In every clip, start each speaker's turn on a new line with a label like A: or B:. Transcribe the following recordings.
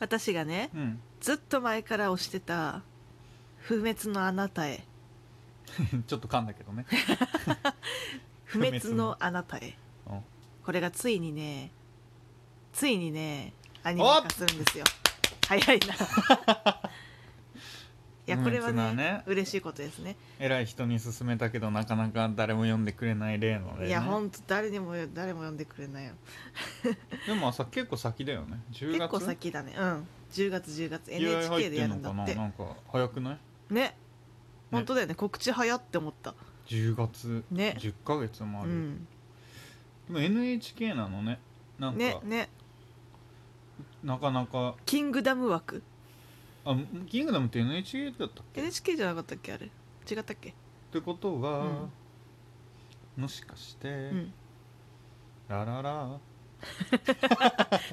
A: 私がね
B: うん
A: ずっと前から推してた「不滅のあなたへ
B: ちょっと噛んだけどね、
A: 不滅のあなたへ
B: うん」
A: これがついにねついにねアニメ化するんですよ早い ないやこれは
B: 不滅
A: ね
B: のね
A: 嬉しいことですね
B: 偉い人に勧めたけどなかなか誰も読んでくれない例のね
A: いやほんと誰にも誰も呼んでくれないよ
B: でもさ結構先だよね10月
A: 結構先だねうん10月10月
B: 気合入
A: NHK
B: っ
A: で
B: て
A: や
B: ん
A: る
B: の
A: んだ
B: か
A: っ
B: な
A: て
B: なんか早くない
A: ね本当だよね告知早って思った
B: 10月
A: ね
B: 10ヶ月もあ
A: う
B: る、
A: ん
B: でも NHK なのねなんか、
A: ねね
B: なかなか
A: キングダム枠
B: あキングダムって NHK だったっけっ
A: NHK じゃなかったっけあれ違ったっけ
B: てことは、もしかして、
A: うん
B: ラララ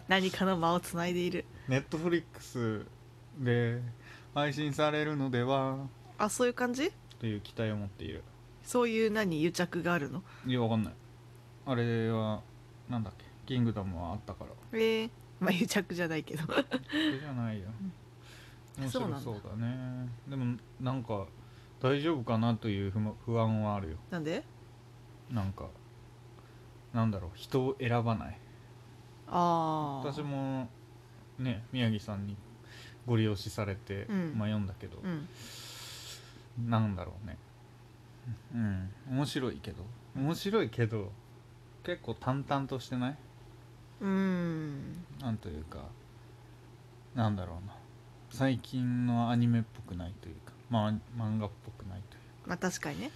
A: 何かの間をつないでいる
B: ネットフリックスで配信されるのでは
A: あそういう感じ
B: という期待を持っている
A: そういう何癒着があるの
B: いやわかんないあれはなんだっけキングダムはあっ たから
A: ええまあ癒着じゃないけど
B: それじゃないよ面
A: そうな
B: 白
A: んだ
B: そうだねでもなんか大丈夫かなという不満不安はあるよ
A: なんで
B: なんかなんだろう人を選ばない
A: ああ
B: 私もね宮城さんにご利用しされて、
A: うん
B: まあ読んだけど、
A: うん
B: なんだろうねうん面白いけど面白いけど結構淡々としてないう
A: ーん
B: なんというかなんだろうな最近のアニメっぽくないというか、まあ、漫画っぽくないという
A: まあ確かにね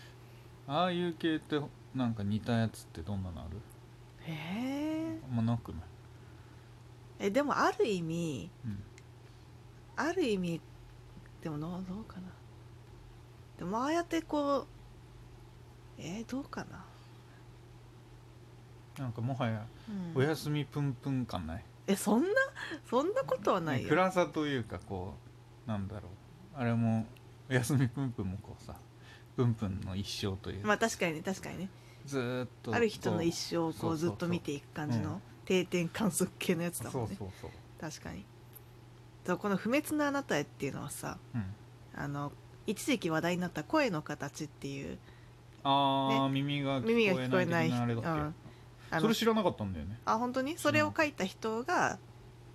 B: ああいう系ってなんか似たやつってどんなのある
A: へえ
B: あんまなくない、
A: えでもある意味
B: うん、
A: ある意味でもどうどうかなでもああやってこうえー、どうかな、
B: なんかもはや
A: うん
B: おやすみぷんぷん感ない、
A: えそんなそんなことはない
B: ね
A: よ
B: 暗さというかこうなんだろうあれもおやすみぷんぷんもこうさぷんぷんの一生という、
A: まあ確かにね確かにね
B: ずーっと
A: ある人
B: こ
A: の
B: う
A: 一生を
B: そ
A: こ
B: う
A: う
B: そうそう
A: ずっと見ていく感じ
B: う
A: の
B: ん
A: 定点観測系のやつだ
B: そ
A: も
B: うん
A: ね
B: そうそう、
A: 確かにそうこの「不滅のあなたへ」っていうのはさ
B: うん、
A: あの一時期話題になった「声の形」っていう
B: あー、耳が
A: 耳が
B: 聞
A: 聞
B: こ
A: こ
B: え
A: え
B: な
A: ないい人
B: 的なあれだっけ、
A: うんあ
B: そ
A: の
B: れ知らなかったんだよね
A: あ本当にそれを書いた人が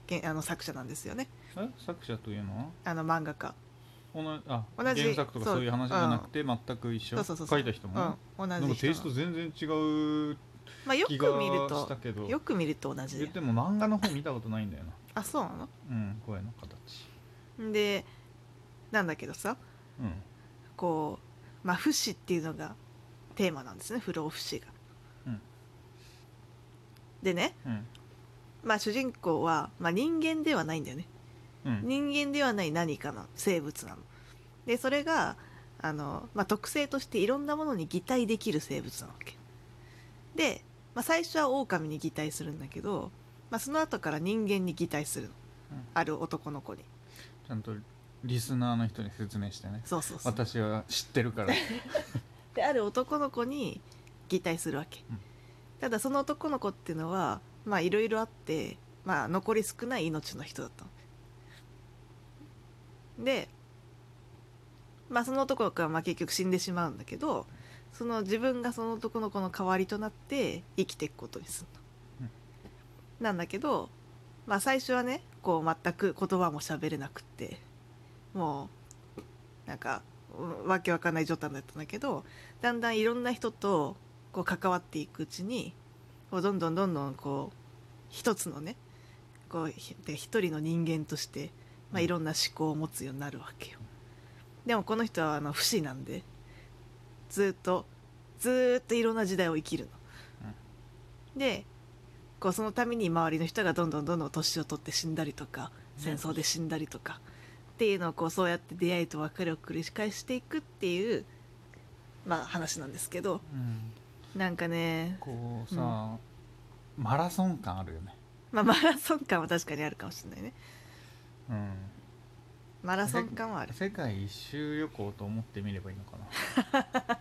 A: げあの作者なんですよね
B: え作者というのは
A: あの漫画家
B: 同じあ
A: 同じ
B: 原作とか
A: そう
B: そういう話じゃなくて全く一緒
A: そうそうそうそう
B: 書いた人も、
A: うん
B: なん
A: 同
B: か
A: じ
B: テイス
A: 人
B: ト
A: の
B: 全然違う
A: まあよく
B: 気
A: 見る
B: がし
A: と
B: たけど
A: よく見ると同じだ
B: 言
A: よ
B: っても漫画の方見たことないんだよな
A: あそうな
B: うん声の形
A: のでなんだけどさ
B: うん
A: こう、まあ、不死っていうのがテーマなんですね不老不死が。
B: うん
A: でね、
B: うん
A: まあ、主人公は、まあ、人間ではないんだよね
B: うん
A: 人間ではない何かの生物なの。でそれがあの、まあ、特性としていろんなものに擬態できる生物なわけ。で、まあ、最初は狼に擬態するんだけど、まあ、その後から人間に擬態するの、
B: うん
A: ある男の子に。
B: ちゃんとリスナーの人に説明してね
A: そうそうそう
B: 私は知ってる から
A: である男の子に擬態するわけ、
B: うん
A: ただその男の子っていうのはまあいろいろあって、まあ、残り少ない命の人だったので、まあ、その男の子はまあ結局死んでしまうんだけどその自分がその男の子の代わりとなって生きていくことにするの、なんだけど、まあ、最初はねこう全く言葉も喋れなくってもうなんかうんわけわかんない状態だったんだけどだんだんいろんな人とこう関わっていくうちにこうどんどんどんどんこう一つのねこうひで一人の人間として、まあ、いろんな思考を持つようになるわけよ。でもこの人はあの不死なんでずっとずーっといろんな時代を生きるの。でこうそのために周りの人がどんどんどんどん年を取って死んだりとか戦争で死んだりとかっていうのをこうそうやって出会いと別れを繰り返していくっていう、まあ、話なんですけど
B: うん
A: なんかね、
B: こうさ、マラソン感あるよね
A: まあ、マラソン感は確かにあるかもしれないね
B: うん
A: マラソン感はある
B: 世界一周旅行と思ってみればいいのかな と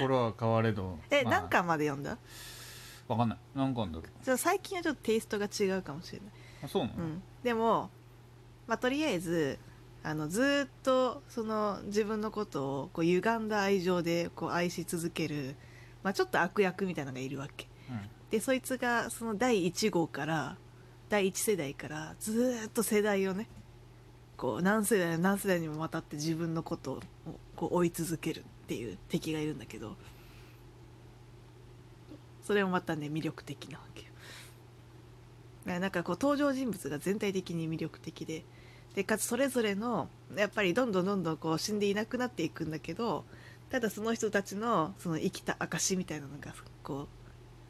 B: ころは変われど
A: え、
B: まあ
A: 何巻まで読んだ
B: わかんない何巻だろう
A: ちょっと最近はちょっとテイストが違うかもしれない、
B: あそうな
A: う
B: の、
A: ん、でもまあ、とりあえずあのずーっとその自分のことをこう歪んだ愛情でこう愛し続ける、まあ、ちょっと悪役みたいなのがいるわけでそいつがその第1号から第1世代からずーっと世代をねこう何世代何世代にもわたって自分のことをこう追い続けるっていう敵がいるんだけどそれもまたね魅力的なわけよ。だからなんかこう登場人物が全体的に魅力的ででかつそれぞれのやっぱりどんどんどんどんこう死んでいなくなっていくんだけどただその人たちのその生きた証みたいなのがこう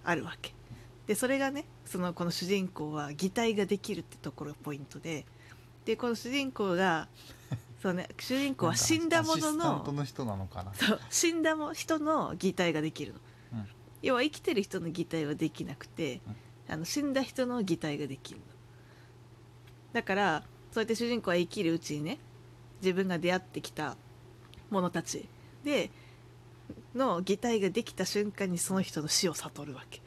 A: あるわけでそれがねそのこの主人公は擬態ができるってところがポイントででこの主人公がそう、ね、主人公は死んだもの
B: なんかアシスタン
A: の
B: トの人なのかな
A: そう死んだも人の擬態ができるの、
B: うん
A: 要は生きてる人の擬態はできなくて、あの死んだ人の擬態ができるのだからそうやって主人公は生きるうちにね自分が出会ってきた者たちでの擬態ができた瞬間にその人の死を悟るわけ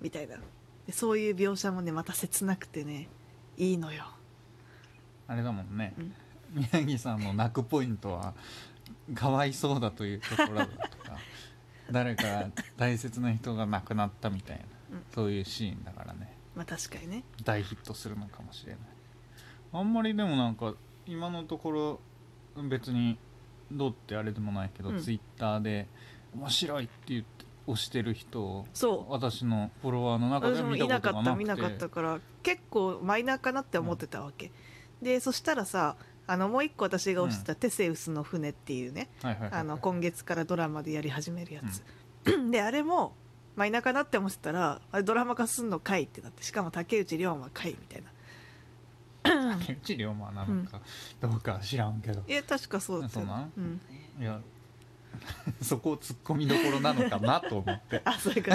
A: みたいなでそういう描写もねまた切なくてねいいのよ
B: あれだもんね
A: うん
B: 宮城さんの泣くポイントはかわいそうだというところ だとか誰か大切な人が亡くなったみたいな
A: うん
B: そういうシーンだからね
A: まあ確かにね
B: 大ヒットするのかもしれないあんまりでもなんか今のところ別にどうってあれでもないけど、
A: うん
B: ツイッターで面白いって言って押してる人を
A: そう
B: 私のフォロワーの中で
A: 私も
B: 見
A: いなか
B: たことが
A: っ
B: な
A: た
B: くて
A: 見なかったから結構マイナーかなって思ってたわけ、でそしたらさあのもう一個私が推してた「テセウスの船」っていうね、
B: はいはいはいはい
A: あの今月からドラマでやり始めるやつ、であれもマイナーかなって思ってたらあれドラマ化すんのかいってなってしかも竹内涼真かいみたいな
B: 竹内涼真なのかどうかは知らんけど、
A: いや確かそうだったよ
B: そうなん
A: うん、
B: いやそこを突っ込みどころなのかなと思って
A: あそういうこ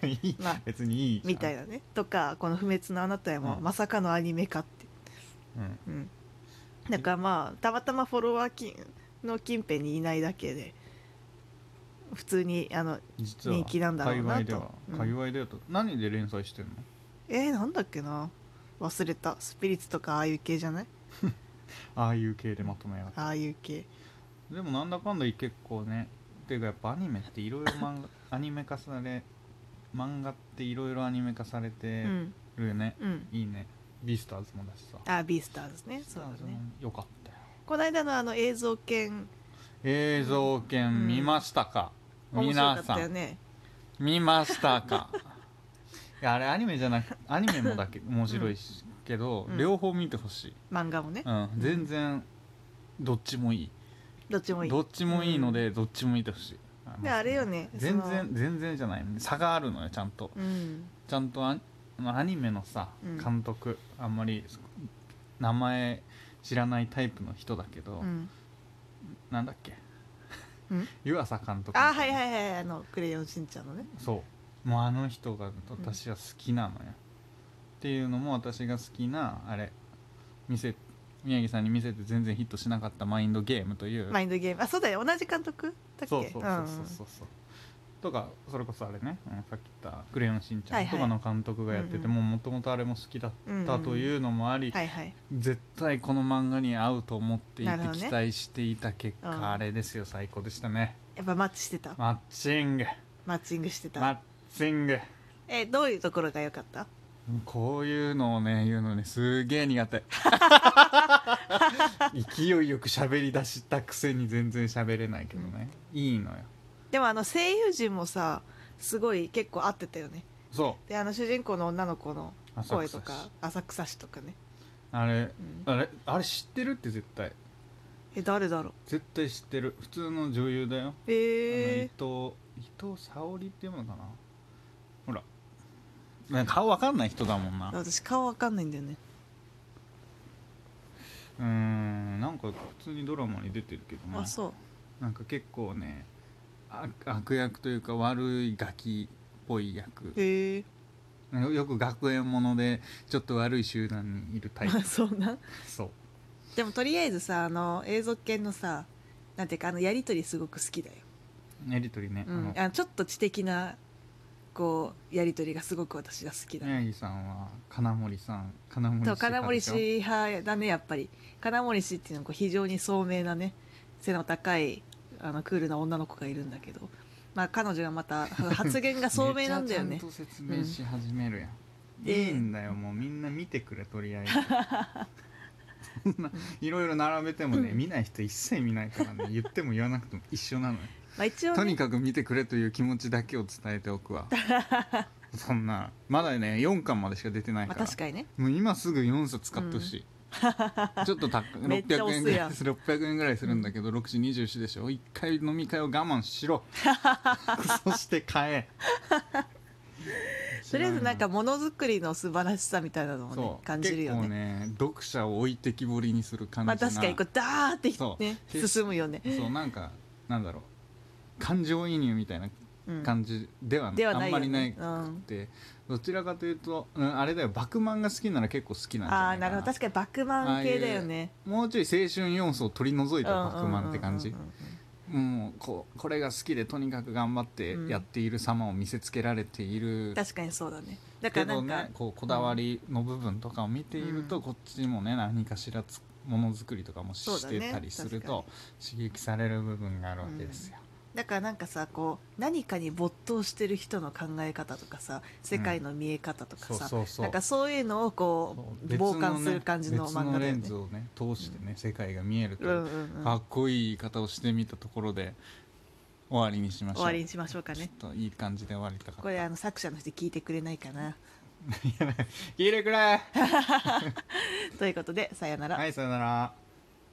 A: と
B: いい
A: まあ
B: 別にいいじゃん
A: みたいなねとかこの「不滅のあなたへ」も
B: うん
A: まさかのアニメ化って
B: うん
A: うん、だからまあたまたまフォロワーきの近辺にいないだけで普通にあの
B: 実は
A: 人気なんだろうなと
B: 界隈では、
A: うん
B: 界隈ではと何で連載してんの
A: えー、なんだっけな忘れたスピリッツとかああいう系じゃない
B: ああいう系でまとめやがっ
A: ああいう系
B: てでもなんだかんだ結構ねっていうかやっぱアニメっていろいろ漫画アニメ化され漫画っていろいろアニメ化され
A: う
B: て
A: ん
B: るよね、
A: うん
B: いいねビースターズもだしさ
A: あビースターズねそうだね
B: よかったよ
A: この間のあの映像犬
B: 映像
A: うん
B: 券見ましたか、
A: 面白か
B: 皆
A: っ
B: さ
A: たよ
B: ん
A: ね
B: 見ましたか いやあれアニメじゃなくアニメもだけ面白いし、けど、
A: うん
B: 両方見てほしい、
A: 漫画もね
B: うん、全然どっちもいい
A: どっちもいい
B: どっちもいいので、どっちも見てほしい
A: であれよね
B: 全
A: そ
B: 然
A: の
B: 全然じゃない差があるのよちゃんと
A: うん
B: ちゃんとアまあアニメのさ
A: うん
B: 監督、あんまり名前知らないタイプの人だけど、
A: うん
B: なんだっけ
A: うん
B: 湯浅監督
A: あはいはいはいあの「クレヨンしんちゃん」のね
B: そうもうあの人が私は好きなのよ、っていうのも私が好きなあれ見せ宮城さんに見せて全然ヒットしなかったマインドゲームという、
A: マインドゲームあそうだよ同じ監督だっけ
B: そうそうそう
A: う
B: そう
A: ん
B: そうそうとかそれこそあれね、うんさっき言った「クレヨンしんちゃ
A: はい
B: ん」
A: はい
B: とかの監督がやって
A: うん
B: て、
A: う
B: もうもともとあれも好きだっ
A: うんうん
B: たというのもあり、
A: はいはい
B: 絶対この漫画に合うと思っていて
A: なるほどね
B: 期待していた結果、
A: うん
B: あれですよ最高でしたね
A: やっぱマッチしてた
B: マッチング
A: マッチングしてた、
B: マッチング
A: えどういうところが良かった
B: こういうのをね言うのねすげえ苦手 勢いよく喋り出したくせに全然喋れないけどね、いいのよ
A: でもあの声優陣もさすごい結構合ってたよね
B: そ
A: であの主人公の女の子の
B: う
A: 声とか
B: 浅
A: 浅草
B: 草市
A: 市とかね、
B: あれ
A: うん
B: あれあれ知ってるって絶対
A: え誰だろう
B: 絶対知ってる普通の女優だよ、
A: え
B: あの伊藤伊藤沙織っていうのかなほらなんか顔わかんない人だもんな
A: ー、私顔わかんないんだよね
B: うーんなんか普通にドラマに出てるけどな
A: あそう
B: なんか結構ねあ悪役というか悪いガキっぽい役
A: へえ
B: よよく学園ものでちょっと悪い集団にいるタイプ
A: あ そうなん
B: そう
A: でもとりあえずさあの映像犬のさなんていうかあのやりとりすごく好きだよ、
B: やりとりね、
A: う
B: あ
A: ん
B: の、
A: あのちょっと知的なこうやり取りがすごく私が好きだ
B: 宮城さんは金森さん金森
A: と
B: 派
A: 金森
B: でしょ
A: 氏派だねやっぱり金森氏っていうのはこう非常に聡明なね背の高いあのクールな女の子がいるんだけど、まあ、彼女がまた発言が聡明なんだよ
B: めっ
A: ね
B: ちゃちゃんと説明し始めるやん、
A: で
B: いいんだよもうみんな見てくれとり あえずそんないろいろ並べてもね見ない人一切見ないからね言っても言わなくても一緒なのよ
A: まあ、一応、
B: と
A: ね
B: に、かく見てくれという気持ちだけを伝えてお くわそんなまだね4巻までしか出てない
A: まあ
B: から、
A: 確かにね
B: もう今すぐ4冊買ってほしい、 ちょっと高い
A: めっちゃ
B: 600円
A: お
B: ぐ
A: 世
B: ら
A: や
B: い
A: ん
B: する600円ぐらいするんだけど6時24でしょ1回飲み会を我慢 しろそして買え
A: とりあえずなんかものづくりの素晴らしさみたいなのを、ね
B: そう、
A: 感じるよね
B: 結構ね読者を置いてきぼりにする感じ
A: ま
B: な、
A: あ確かにこうダーって
B: そ、う
A: ね、
B: 決し
A: 進むよね、
B: そうなんかなんだろう感情移入みたいな
A: うん、
B: 感じでは,、
A: では
B: あ
A: なんい
B: ま
A: よ、
B: りない
A: ね
B: く、
A: うん、
B: て、どちらかというと、うん、あれだよバクマンが好きなら結構好きなんじ
A: あ
B: ゃな
A: あ
B: い
A: なる
B: かな
A: ほど確かにバックマン系だよね
B: もうちょい青春要素を取り除いたバクマンって感
A: う
B: じ
A: んうんうんうん
B: もうこうこれが好きでとにかく頑張ってやっている様を見せつけられている、
A: 確かにそうだねだか
B: け
A: らな
B: ど
A: んか、
B: ねこうこだわりの部分とかを見ていると、
A: うん
B: こっちもね何かしらつものづくりとかもし
A: そう
B: し
A: だ
B: て
A: ね
B: たりする
A: 確か
B: と、刺激される部分があるわけですよ。
A: だからなんかさこう何かに没頭してる人の考え方とかさ世界の見え方とか
B: そう
A: さ、
B: そうそう
A: なんかそういうのをこ
B: そう
A: う
B: 別の
A: 傍観する感じの
B: ね、
A: 漫画だよね
B: 別のレンズをね通してね、世界が見えると
A: う
B: い
A: ん
B: う、
A: うんうん
B: かっこいい言い方をしてみたところで終わりにしましょう
A: 終わりにしましょうかね
B: ちょっと いい感じで終わりたかった
A: これあの作者の人聞いてくれないかな
B: 聞いてくれ
A: ということでさよなら
B: はいさよなら